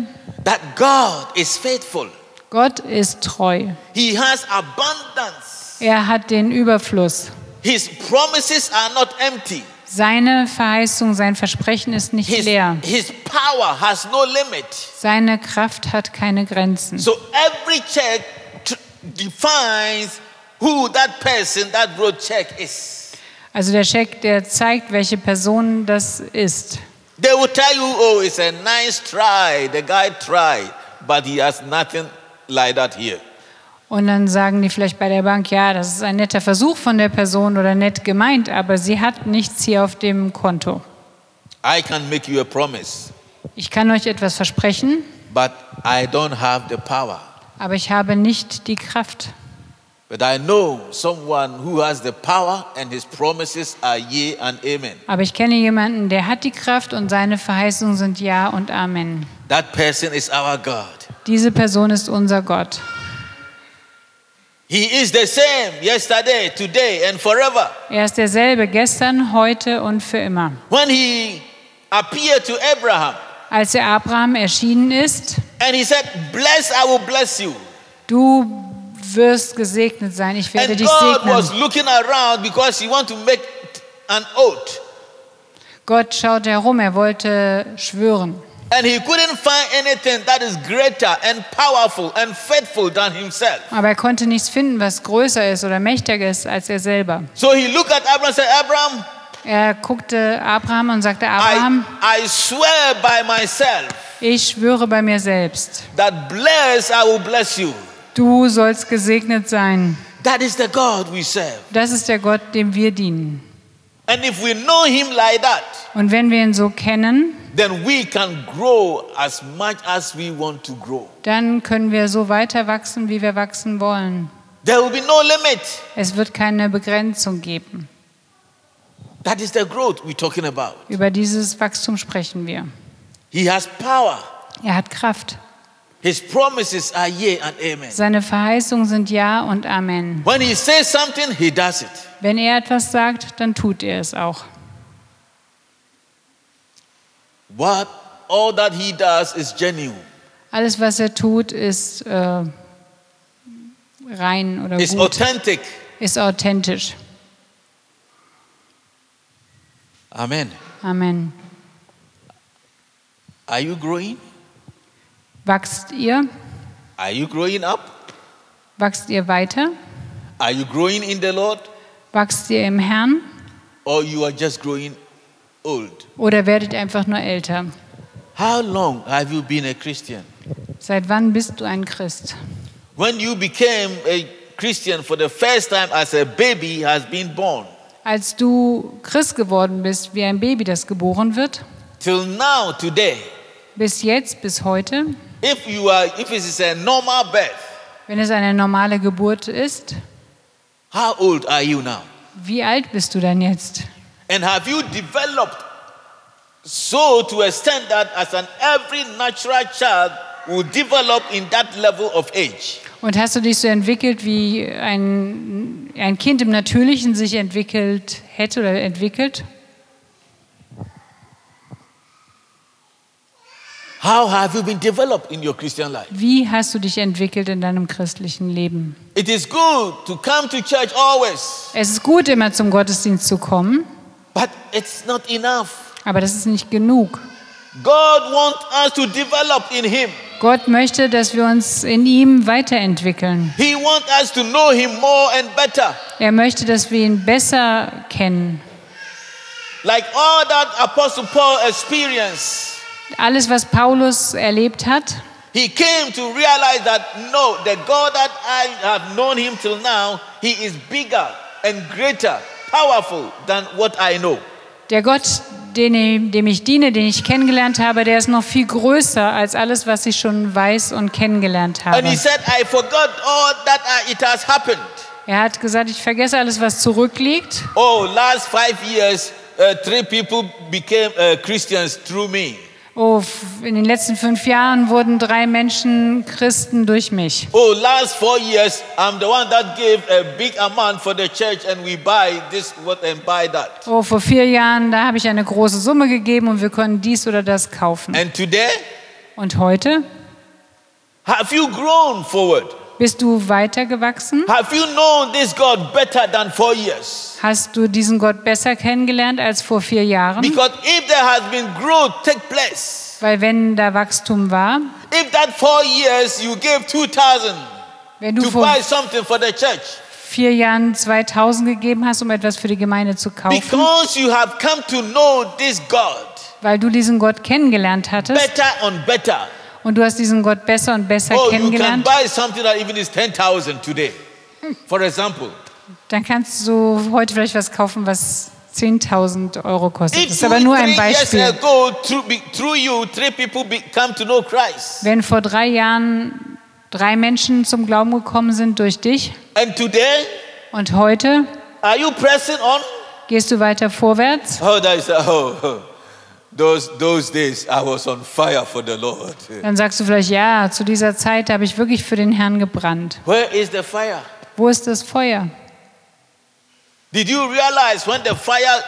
[SPEAKER 1] That God is faithful,
[SPEAKER 2] Gott ist treu.
[SPEAKER 1] He has abundance,
[SPEAKER 2] Er hat den Überfluss.
[SPEAKER 1] His promises are not empty.
[SPEAKER 2] Seine Verheißung, sein Versprechen ist nicht
[SPEAKER 1] His,
[SPEAKER 2] leer.
[SPEAKER 1] his power has no limit.
[SPEAKER 2] Seine Kraft hat keine Grenzen.
[SPEAKER 1] So every check tr- defines who that person that wrote check is.
[SPEAKER 2] Also der Scheck, der zeigt, welche Person das ist.
[SPEAKER 1] They will tell you, oh, it's a nice try. The guy tried, but he has nothing like that here.
[SPEAKER 2] Und dann sagen die vielleicht bei der Bank, ja, das ist ein netter Versuch von der Person oder nett gemeint, aber sie hat nichts hier auf dem Konto.
[SPEAKER 1] I can make you a promise,
[SPEAKER 2] Ich kann euch etwas versprechen,
[SPEAKER 1] but I don't have the power.
[SPEAKER 2] aber ich habe nicht die Kraft.
[SPEAKER 1] But I know someone who has the power, and his promises are yea and amen.
[SPEAKER 2] Aber ich kenne jemanden, der hat die Kraft und seine Verheißungen sind Ja und Amen.
[SPEAKER 1] That person is our God.
[SPEAKER 2] Diese Person ist unser Gott.
[SPEAKER 1] He is the same yesterday, today, and forever.
[SPEAKER 2] Er ist derselbe gestern, heute und für immer.
[SPEAKER 1] when he appeared to Abraham
[SPEAKER 2] Als er Abraham erschienen ist,
[SPEAKER 1] and he said, Bless, I will bless you.
[SPEAKER 2] du wirst gesegnet sein, ich werde
[SPEAKER 1] And
[SPEAKER 2] dich
[SPEAKER 1] God was
[SPEAKER 2] segnen.
[SPEAKER 1] looking around because he wanted to make an oath.
[SPEAKER 2] Gott schaute herum, er wollte schwören.
[SPEAKER 1] And he couldn't find anything that is greater and powerful and faithful than himself.
[SPEAKER 2] Aber er konnte nichts finden, was größer ist oder mächtiger ist als er selber.
[SPEAKER 1] So he looked at Abraham and said, Abraham,
[SPEAKER 2] Er guckte Abraham und sagte, Abraham,
[SPEAKER 1] I, I swear by myself
[SPEAKER 2] ich schwöre bei mir selbst,
[SPEAKER 1] that bless, I will bless you.
[SPEAKER 2] du sollst gesegnet sein.
[SPEAKER 1] That is the God we serve.
[SPEAKER 2] Das ist der Gott, dem wir dienen.
[SPEAKER 1] And if we know him like that,
[SPEAKER 2] Und wenn wir ihn so kennen,
[SPEAKER 1] then we can grow as much as we want to grow.
[SPEAKER 2] dann können wir so weiter wachsen, wie wir wachsen wollen.
[SPEAKER 1] There will be no limit.
[SPEAKER 2] Es wird keine Begrenzung geben.
[SPEAKER 1] That is the growth we're talking about.
[SPEAKER 2] Über dieses Wachstum sprechen wir.
[SPEAKER 1] He has power.
[SPEAKER 2] Er hat Kraft.
[SPEAKER 1] His promises are yea and amen.
[SPEAKER 2] Seine Verheißungen sind Ja und Amen.
[SPEAKER 1] When he says something, he does it.
[SPEAKER 2] Wenn er etwas sagt, dann tut er es auch.
[SPEAKER 1] What all that he does is genuine.
[SPEAKER 2] Alles, was er tut, ist äh, rein oder
[SPEAKER 1] It's
[SPEAKER 2] gut,
[SPEAKER 1] authentic.
[SPEAKER 2] ist authentisch.
[SPEAKER 1] Amen.
[SPEAKER 2] Amen.
[SPEAKER 1] Are you growing?
[SPEAKER 2] Wachst ihr?
[SPEAKER 1] Are you growing up?
[SPEAKER 2] Wachst ihr weiter?
[SPEAKER 1] Are you growing in the Lord?
[SPEAKER 2] Wachst ihr im Herrn?
[SPEAKER 1] Or you are just growing old?
[SPEAKER 2] Oder werdet ihr einfach nur älter?
[SPEAKER 1] How long have you been a Christian?
[SPEAKER 2] Seit wann bist du ein Christ?
[SPEAKER 1] When you became a Christian for the first time as a baby has been born.
[SPEAKER 2] Als du Christ geworden bist, wie ein Baby, das geboren wird,
[SPEAKER 1] Till now, today,
[SPEAKER 2] bis jetzt, bis heute,
[SPEAKER 1] if you are if it is a normal birth,
[SPEAKER 2] wenn es eine normale Geburt ist,
[SPEAKER 1] how old are you now?
[SPEAKER 2] wie alt bist du dann jetzt?
[SPEAKER 1] And have you developed so to extend that as an every natural child will develop in that level of age?
[SPEAKER 2] Und hast du dich so entwickelt, wie ein, ein Kind im Natürlichen sich entwickelt hätte oder entwickelt?
[SPEAKER 1] How have you been developed in your Christian life?
[SPEAKER 2] Wie hast du dich entwickelt in deinem christlichen Leben?
[SPEAKER 1] It is good to come to church always,
[SPEAKER 2] Es ist gut, immer zum Gottesdienst zu kommen,
[SPEAKER 1] but it's not enough.
[SPEAKER 2] aber das ist nicht genug.
[SPEAKER 1] God wants us to develop in Him.
[SPEAKER 2] Gott möchte, dass wir uns in ihm weiterentwickeln.
[SPEAKER 1] He wants us to know Him more and better.
[SPEAKER 2] Er möchte, dass wir ihn besser kennen.
[SPEAKER 1] Like all that Apostle Paul experienced,
[SPEAKER 2] Alles, was Paulus erlebt hat,
[SPEAKER 1] he came to realize that no, the God that I have known Him till now, He is bigger and greater, powerful than what I know.
[SPEAKER 2] der Gott, den, dem ich diene, den ich kennengelernt habe, der ist noch viel größer als alles, was ich schon weiß und kennengelernt
[SPEAKER 1] And He
[SPEAKER 2] habe.
[SPEAKER 1] said, I forgot all that I, it has happened.
[SPEAKER 2] Er hat gesagt, ich vergesse alles, was zurückliegt.
[SPEAKER 1] Oh, last five years, uh, three people became uh, Christians through me.
[SPEAKER 2] Oh, f- in den letzten fünf Jahren wurden drei Menschen Christen durch mich.
[SPEAKER 1] Oh, last four years, I'm the one that gave a big amount for the church, and we buy this what and buy that.
[SPEAKER 2] Oh, vor vier Jahren, da habe ich eine große Summe gegeben und wir können dies oder das kaufen.
[SPEAKER 1] And today,
[SPEAKER 2] Und heute
[SPEAKER 1] have you grown forward?
[SPEAKER 2] bist du weitergewachsen?
[SPEAKER 1] Have you known this God better than four years?
[SPEAKER 2] Hast du diesen Gott besser kennengelernt als vor vier Jahren?
[SPEAKER 1] Because if there has been growth take place,
[SPEAKER 2] Weil wenn da Wachstum war,
[SPEAKER 1] if that four years you gave two thousand
[SPEAKER 2] wenn du
[SPEAKER 1] to
[SPEAKER 2] vor
[SPEAKER 1] buy something for the church,
[SPEAKER 2] vier Jahren 2000 gegeben hast, um etwas für die Gemeinde zu kaufen,
[SPEAKER 1] because you have come to know this God
[SPEAKER 2] weil du diesen Gott kennengelernt hattest
[SPEAKER 1] better and better.
[SPEAKER 2] und du hast diesen Gott besser und besser
[SPEAKER 1] Oh, you can
[SPEAKER 2] kennengelernt,
[SPEAKER 1] buy something that even is 10,000 today. For example,
[SPEAKER 2] dann kannst du heute vielleicht was kaufen, was 10.000 Euro kostet.
[SPEAKER 1] if
[SPEAKER 2] Das ist
[SPEAKER 1] two,
[SPEAKER 2] aber nur
[SPEAKER 1] three
[SPEAKER 2] ein
[SPEAKER 1] years
[SPEAKER 2] Beispiel.
[SPEAKER 1] ago, through, be- through you, three people be, come to know Christ.
[SPEAKER 2] Wenn vor drei Jahren drei Menschen zum Glauben gekommen sind durch dich
[SPEAKER 1] And today,
[SPEAKER 2] und heute
[SPEAKER 1] are you pressing on?
[SPEAKER 2] gehst du weiter vorwärts,
[SPEAKER 1] Oh, that is, oh, oh. Those, those days I was on fire for the Lord.
[SPEAKER 2] dann sagst du vielleicht, ja, zu dieser Zeit habe ich wirklich für den Herrn gebrannt.
[SPEAKER 1] Where is the fire?
[SPEAKER 2] Wo ist das Feuer?
[SPEAKER 1] Did you realize when the fire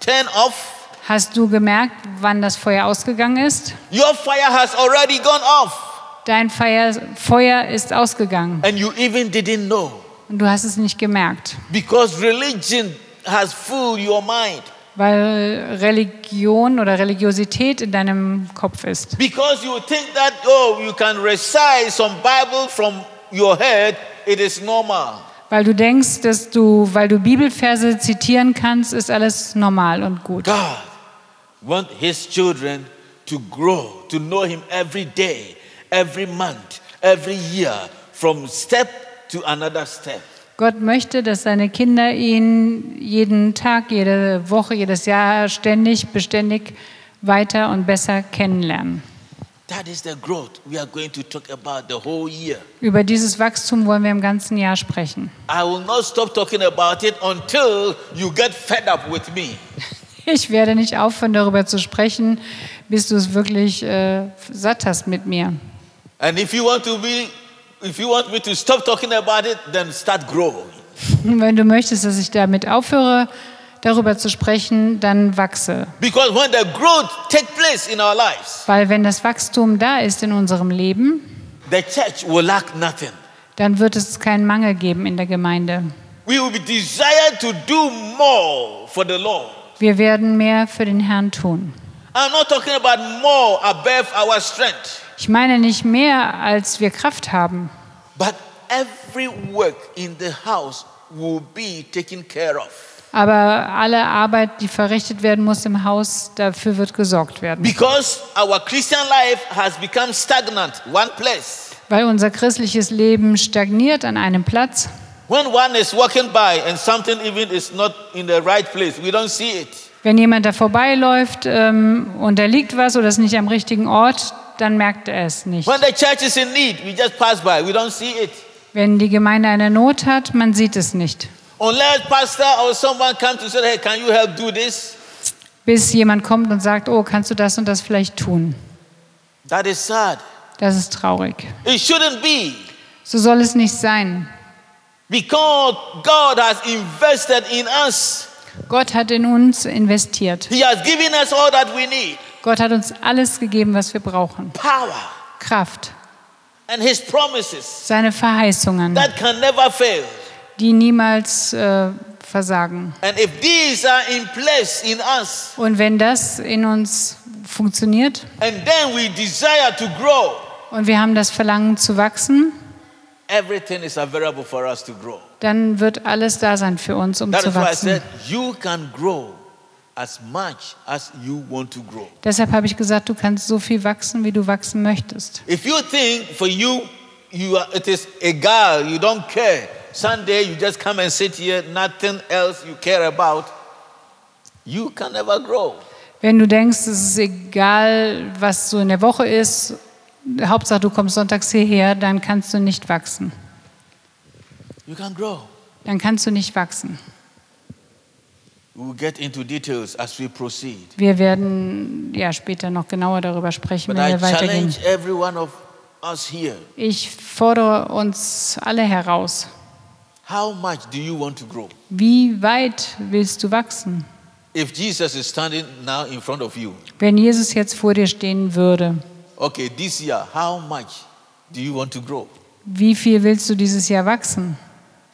[SPEAKER 1] turned off?
[SPEAKER 2] Hast du gemerkt, wann das Feuer ausgegangen ist?
[SPEAKER 1] Your fire has already gone off,
[SPEAKER 2] Dein Feuer, Feuer ist ausgegangen
[SPEAKER 1] and you even didn't know
[SPEAKER 2] und du hast es nicht gemerkt,
[SPEAKER 1] because religion has fooled your mind.
[SPEAKER 2] weil Religion oder Religiosität in deinem Kopf ist.
[SPEAKER 1] Because you think that, oh, you can recite some Bible from your head, it is normal.
[SPEAKER 2] Weil du denkst, dass du, weil du Bibelverse zitieren kannst, ist alles normal und gut.
[SPEAKER 1] God wants His children to grow, to know Him every day, every month, every year, from step to another step.
[SPEAKER 2] Gott möchte, dass seine Kinder ihn jeden Tag, jede Woche, jedes Jahr ständig, beständig weiter und besser kennenlernen.
[SPEAKER 1] That is the growth we are going to talk about the whole year.
[SPEAKER 2] Über dieses Wachstum wollen wir im ganzen Jahr sprechen.
[SPEAKER 1] I will not stop talking about it until you get fed up with me.
[SPEAKER 2] Ich werde nicht aufhören, darüber zu sprechen, bis du es wirklich äh, satt hast mit mir.
[SPEAKER 1] And if you want to be, if you want me to stop talking about it, then start growing.
[SPEAKER 2] Wenn du möchtest, dass ich damit aufhöre, darüber zu sprechen, dann wachse.
[SPEAKER 1] Because when the growth takes place in our lives,
[SPEAKER 2] Weil wenn das Wachstum da ist in unserem Leben,
[SPEAKER 1] the church will lack nothing.
[SPEAKER 2] dann wird es keinen Mangel geben in der Gemeinde.
[SPEAKER 1] We will be desired to do more for the Lord.
[SPEAKER 2] Wir werden mehr für den Herrn tun.
[SPEAKER 1] I'm not talking about more above our strength,
[SPEAKER 2] Ich meine nicht mehr, als wir Kraft haben,
[SPEAKER 1] but every work in the house will be taken care of.
[SPEAKER 2] aber alle Arbeit, die verrichtet werden muss im Haus, dafür wird gesorgt werden.
[SPEAKER 1] Because our Christian life has become stagnant, one place.
[SPEAKER 2] Weil unser christliches Leben stagniert an einem Platz.
[SPEAKER 1] When one is walking by and something even is not in the right place, we don't see it.
[SPEAKER 2] Wenn jemand da vorbeiläuft ähm, und da liegt was oder ist nicht am richtigen Ort, dann merkt er es nicht.
[SPEAKER 1] When the church is in need, we just pass by, we don't see it.
[SPEAKER 2] Wenn die Gemeinde eine Not hat, man sieht es nicht.
[SPEAKER 1] Unless pastor or someone comes to say, hey, can you help do this?
[SPEAKER 2] Bis jemand kommt und sagt, oh, kannst du das und das vielleicht tun?
[SPEAKER 1] That is sad.
[SPEAKER 2] Das ist traurig.
[SPEAKER 1] It shouldn't be.
[SPEAKER 2] So soll es nicht sein.
[SPEAKER 1] Because God has invested in us.
[SPEAKER 2] Gott hat in uns investiert.
[SPEAKER 1] He has given us all that we need.
[SPEAKER 2] Gott hat uns alles gegeben, was wir brauchen.
[SPEAKER 1] Power
[SPEAKER 2] Kraft,
[SPEAKER 1] and his promises
[SPEAKER 2] seine Verheißungen,
[SPEAKER 1] that can never fail.
[SPEAKER 2] die niemals äh, versagen.
[SPEAKER 1] And if these are in place in us,
[SPEAKER 2] Und wenn das in uns funktioniert
[SPEAKER 1] and then we desire to grow,
[SPEAKER 2] und wir haben das Verlangen zu wachsen,
[SPEAKER 1] everything is available for us to grow.
[SPEAKER 2] dann wird alles da sein für uns, um
[SPEAKER 1] That
[SPEAKER 2] zu
[SPEAKER 1] is why I
[SPEAKER 2] wachsen.
[SPEAKER 1] said you can grow as much as you want to grow.
[SPEAKER 2] Deshalb habe ich gesagt, du kannst so viel wachsen, wie du wachsen möchtest.
[SPEAKER 1] If you think for you, you are, it is a girl, you don't care. Sunday you just come and sit here, nothing else you care about. You can never grow.
[SPEAKER 2] Wenn du denkst, es ist egal, was so in der Woche ist, Hauptsache du kommst sonntags hierher, dann kannst du nicht wachsen.
[SPEAKER 1] You can grow.
[SPEAKER 2] Dann kannst du nicht wachsen.
[SPEAKER 1] We will get into details as we proceed.
[SPEAKER 2] Wir werden ja später noch genauer darüber sprechen,
[SPEAKER 1] But
[SPEAKER 2] wenn
[SPEAKER 1] I
[SPEAKER 2] wir weitergehen.
[SPEAKER 1] challenge every one of us here.
[SPEAKER 2] Ich fordere uns alle heraus.
[SPEAKER 1] How much do you want to grow?
[SPEAKER 2] Wie weit willst du wachsen?
[SPEAKER 1] If Jesus is standing now in front of you,
[SPEAKER 2] Wenn Jesus jetzt vor dir stehen würde,
[SPEAKER 1] okay, this year, how much do you want to grow?
[SPEAKER 2] wie viel willst du dieses Jahr wachsen?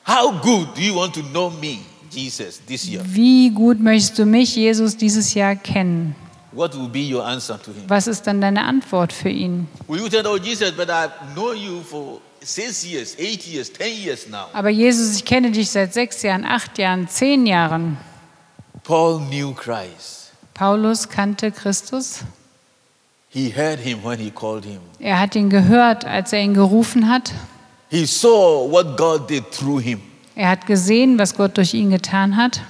[SPEAKER 1] How good do you want to know me, Jesus, this year?
[SPEAKER 2] Wie gut möchtest du mich, Jesus, dieses Jahr kennen?
[SPEAKER 1] What will be your answer to him?
[SPEAKER 2] Was ist dann deine Antwort für ihn?
[SPEAKER 1] Will you tell, oh, Jesus, but I've known you for six years, eight years, ten years now?
[SPEAKER 2] Aber Jesus, ich kenne dich seit sechs Jahren, acht Jahren, zehn Jahren.
[SPEAKER 1] Paul knew Christ.
[SPEAKER 2] Paulus kannte Christus.
[SPEAKER 1] He heard him when he called him.
[SPEAKER 2] Er hat ihn gehört, als er ihn gerufen hat.
[SPEAKER 1] He saw what God did through him.
[SPEAKER 2] Er hat gesehen, was Gott durch ihn getan hat.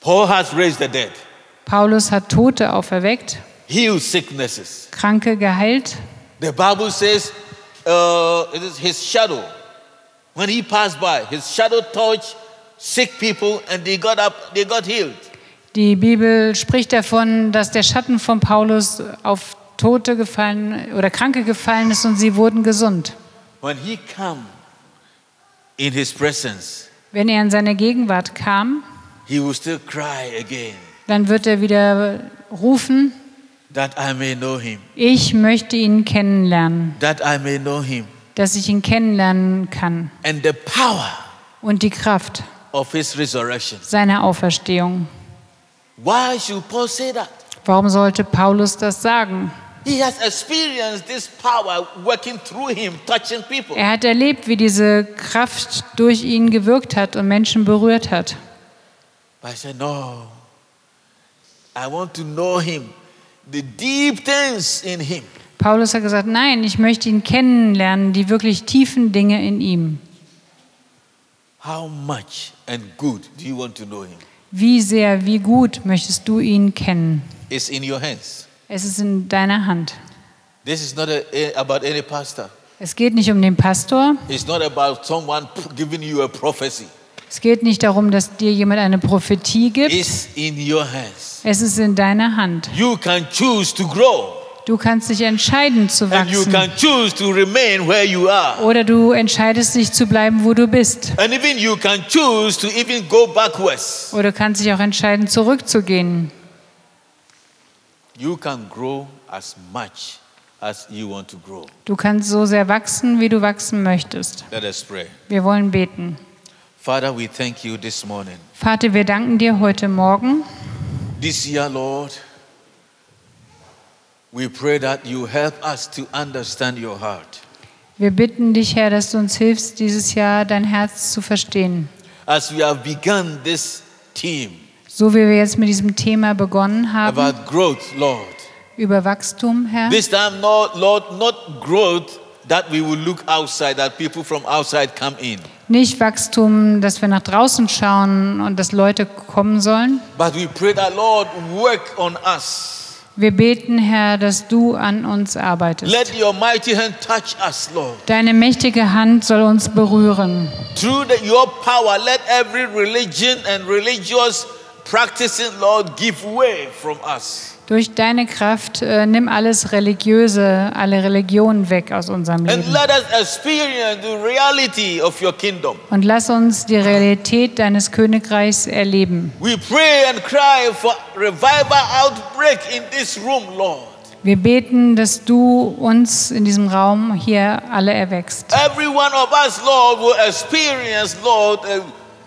[SPEAKER 1] Paul has raised the dead,
[SPEAKER 2] Paulus hat Tote auferweckt,
[SPEAKER 1] healed sicknesses.
[SPEAKER 2] Kranke geheilt.
[SPEAKER 1] The Bible says uh, it is his shadow. When he passed by, his shadow touched sick people and they got up, they got healed.
[SPEAKER 2] Die Bibel spricht davon, dass der Schatten von Paulus auf Tote gefallen oder Kranke gefallen ist und sie wurden gesund.
[SPEAKER 1] When he come in his presence,
[SPEAKER 2] Wenn er in seine Gegenwart kam,
[SPEAKER 1] he will still cry again
[SPEAKER 2] dann wird er wieder rufen,
[SPEAKER 1] that I may know him.
[SPEAKER 2] ich möchte ihn kennenlernen,
[SPEAKER 1] that I may know him
[SPEAKER 2] dass ich ihn kennenlernen kann.
[SPEAKER 1] and the power
[SPEAKER 2] Und die Kraft
[SPEAKER 1] of his resurrection.
[SPEAKER 2] seiner Auferstehung.
[SPEAKER 1] Why should Paul say that?
[SPEAKER 2] Warum sollte Paulus das sagen?
[SPEAKER 1] He has experienced this power working through him, touching people.
[SPEAKER 2] Er hat erlebt, wie diese Kraft durch ihn gewirkt hat und Menschen berührt hat.
[SPEAKER 1] But I said, No, I want to know him, the deep things in him.
[SPEAKER 2] Paulus hat gesagt, nein, ich möchte ihn kennenlernen, die wirklich tiefen Dinge in ihm.
[SPEAKER 1] How much and good do you want to know him?
[SPEAKER 2] Wie sehr, wie gut möchtest du ihn kennen?
[SPEAKER 1] It's in your hands.
[SPEAKER 2] Es ist in deiner Hand.
[SPEAKER 1] This is not a, about any pastor.
[SPEAKER 2] Es geht nicht um den Pastor.
[SPEAKER 1] It's not about someone giving you a prophecy.
[SPEAKER 2] Es geht nicht darum, dass dir jemand eine Prophetie gibt.
[SPEAKER 1] It's in your hands.
[SPEAKER 2] Es ist in deiner Hand.
[SPEAKER 1] You can choose to grow.
[SPEAKER 2] Du kannst dich entscheiden zu
[SPEAKER 1] and you
[SPEAKER 2] wachsen.
[SPEAKER 1] can choose to remain where you are.
[SPEAKER 2] Oder du entscheidest dich zu bleiben, wo du bist.
[SPEAKER 1] And even you can choose to even go backwards.
[SPEAKER 2] Oder du kannst dich auch entscheiden, zurückzugehen.
[SPEAKER 1] You can grow as much as you want to grow.
[SPEAKER 2] Du kannst so sehr wachsen, wie du wachsen möchtest.
[SPEAKER 1] Let us pray.
[SPEAKER 2] Wir wollen beten.
[SPEAKER 1] Father, we thank you this morning.
[SPEAKER 2] Vater, wir danken dir heute Morgen.
[SPEAKER 1] This year, Lord, we pray that you help us to understand your heart.
[SPEAKER 2] Wir bitten dich, Herr, dass du uns hilfst, dieses Jahr dein Herz zu verstehen.
[SPEAKER 1] As we have begun this team
[SPEAKER 2] So wie wir jetzt mit diesem Thema begonnen haben,
[SPEAKER 1] about growth, Lord,
[SPEAKER 2] über Wachstum, Herr.
[SPEAKER 1] this time, Lord, Lord, not growth that we will look outside, that people from outside come in,
[SPEAKER 2] Nicht Wachstum, dass wir nach draußen schauen und dass Leute kommen sollen.
[SPEAKER 1] but we pray that, Lord, work on us.
[SPEAKER 2] Wir beten, Herr, dass du an uns arbeitest.
[SPEAKER 1] Let your mighty hand touch us, Lord.
[SPEAKER 2] Deine mächtige Hand soll uns berühren.
[SPEAKER 1] Through the, your power, let every religion and religious practicing, Lord, give way from us.
[SPEAKER 2] Durch deine Kraft äh, nimm alles Religiöse, alle Religionen weg aus unserem
[SPEAKER 1] And
[SPEAKER 2] Leben.
[SPEAKER 1] let us experience the reality of your kingdom.
[SPEAKER 2] Und lass uns die Realität deines Königreichs erleben.
[SPEAKER 1] We pray and cry for revival outbreak in this room, Lord.
[SPEAKER 2] Wir beten, dass du uns in diesem Raum hier alle erwächst.
[SPEAKER 1] Every one of us, Lord, will experience, Lord, uh,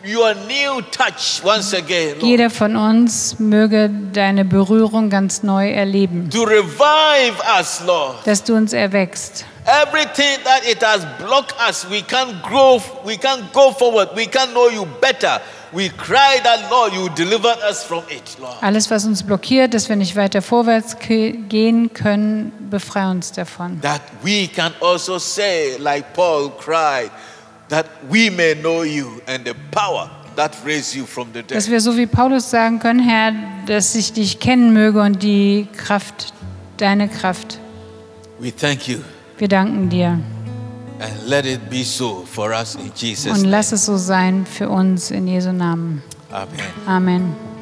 [SPEAKER 1] your new touch once again, Lord,
[SPEAKER 2] Jeder von uns möge deine Berührung ganz neu erleben.
[SPEAKER 1] to revive us, Lord.
[SPEAKER 2] Dass du uns erwächst.
[SPEAKER 1] Everything that it has blocked us, we can't grow, we can't go forward, we can't know you better. We cry that, Lord, you deliver us from it, Lord.
[SPEAKER 2] Alles, was uns blockiert, dass wir nicht weiter vorwärts ke- gehen können, befreie uns davon.
[SPEAKER 1] that we can also say, like Paul cried, that we may know you and the power that raised you from the
[SPEAKER 2] Dass
[SPEAKER 1] dead.
[SPEAKER 2] wir so wie Paulus sagen können, Herr, dass ich dich kennen möge und die Kraft, deine Kraft.
[SPEAKER 1] We thank you
[SPEAKER 2] Wir danken dir
[SPEAKER 1] and let it be so for us in Jesus'
[SPEAKER 2] und
[SPEAKER 1] name.
[SPEAKER 2] lass es so sein für uns in Jesu Namen.
[SPEAKER 1] Amen.
[SPEAKER 2] Amen.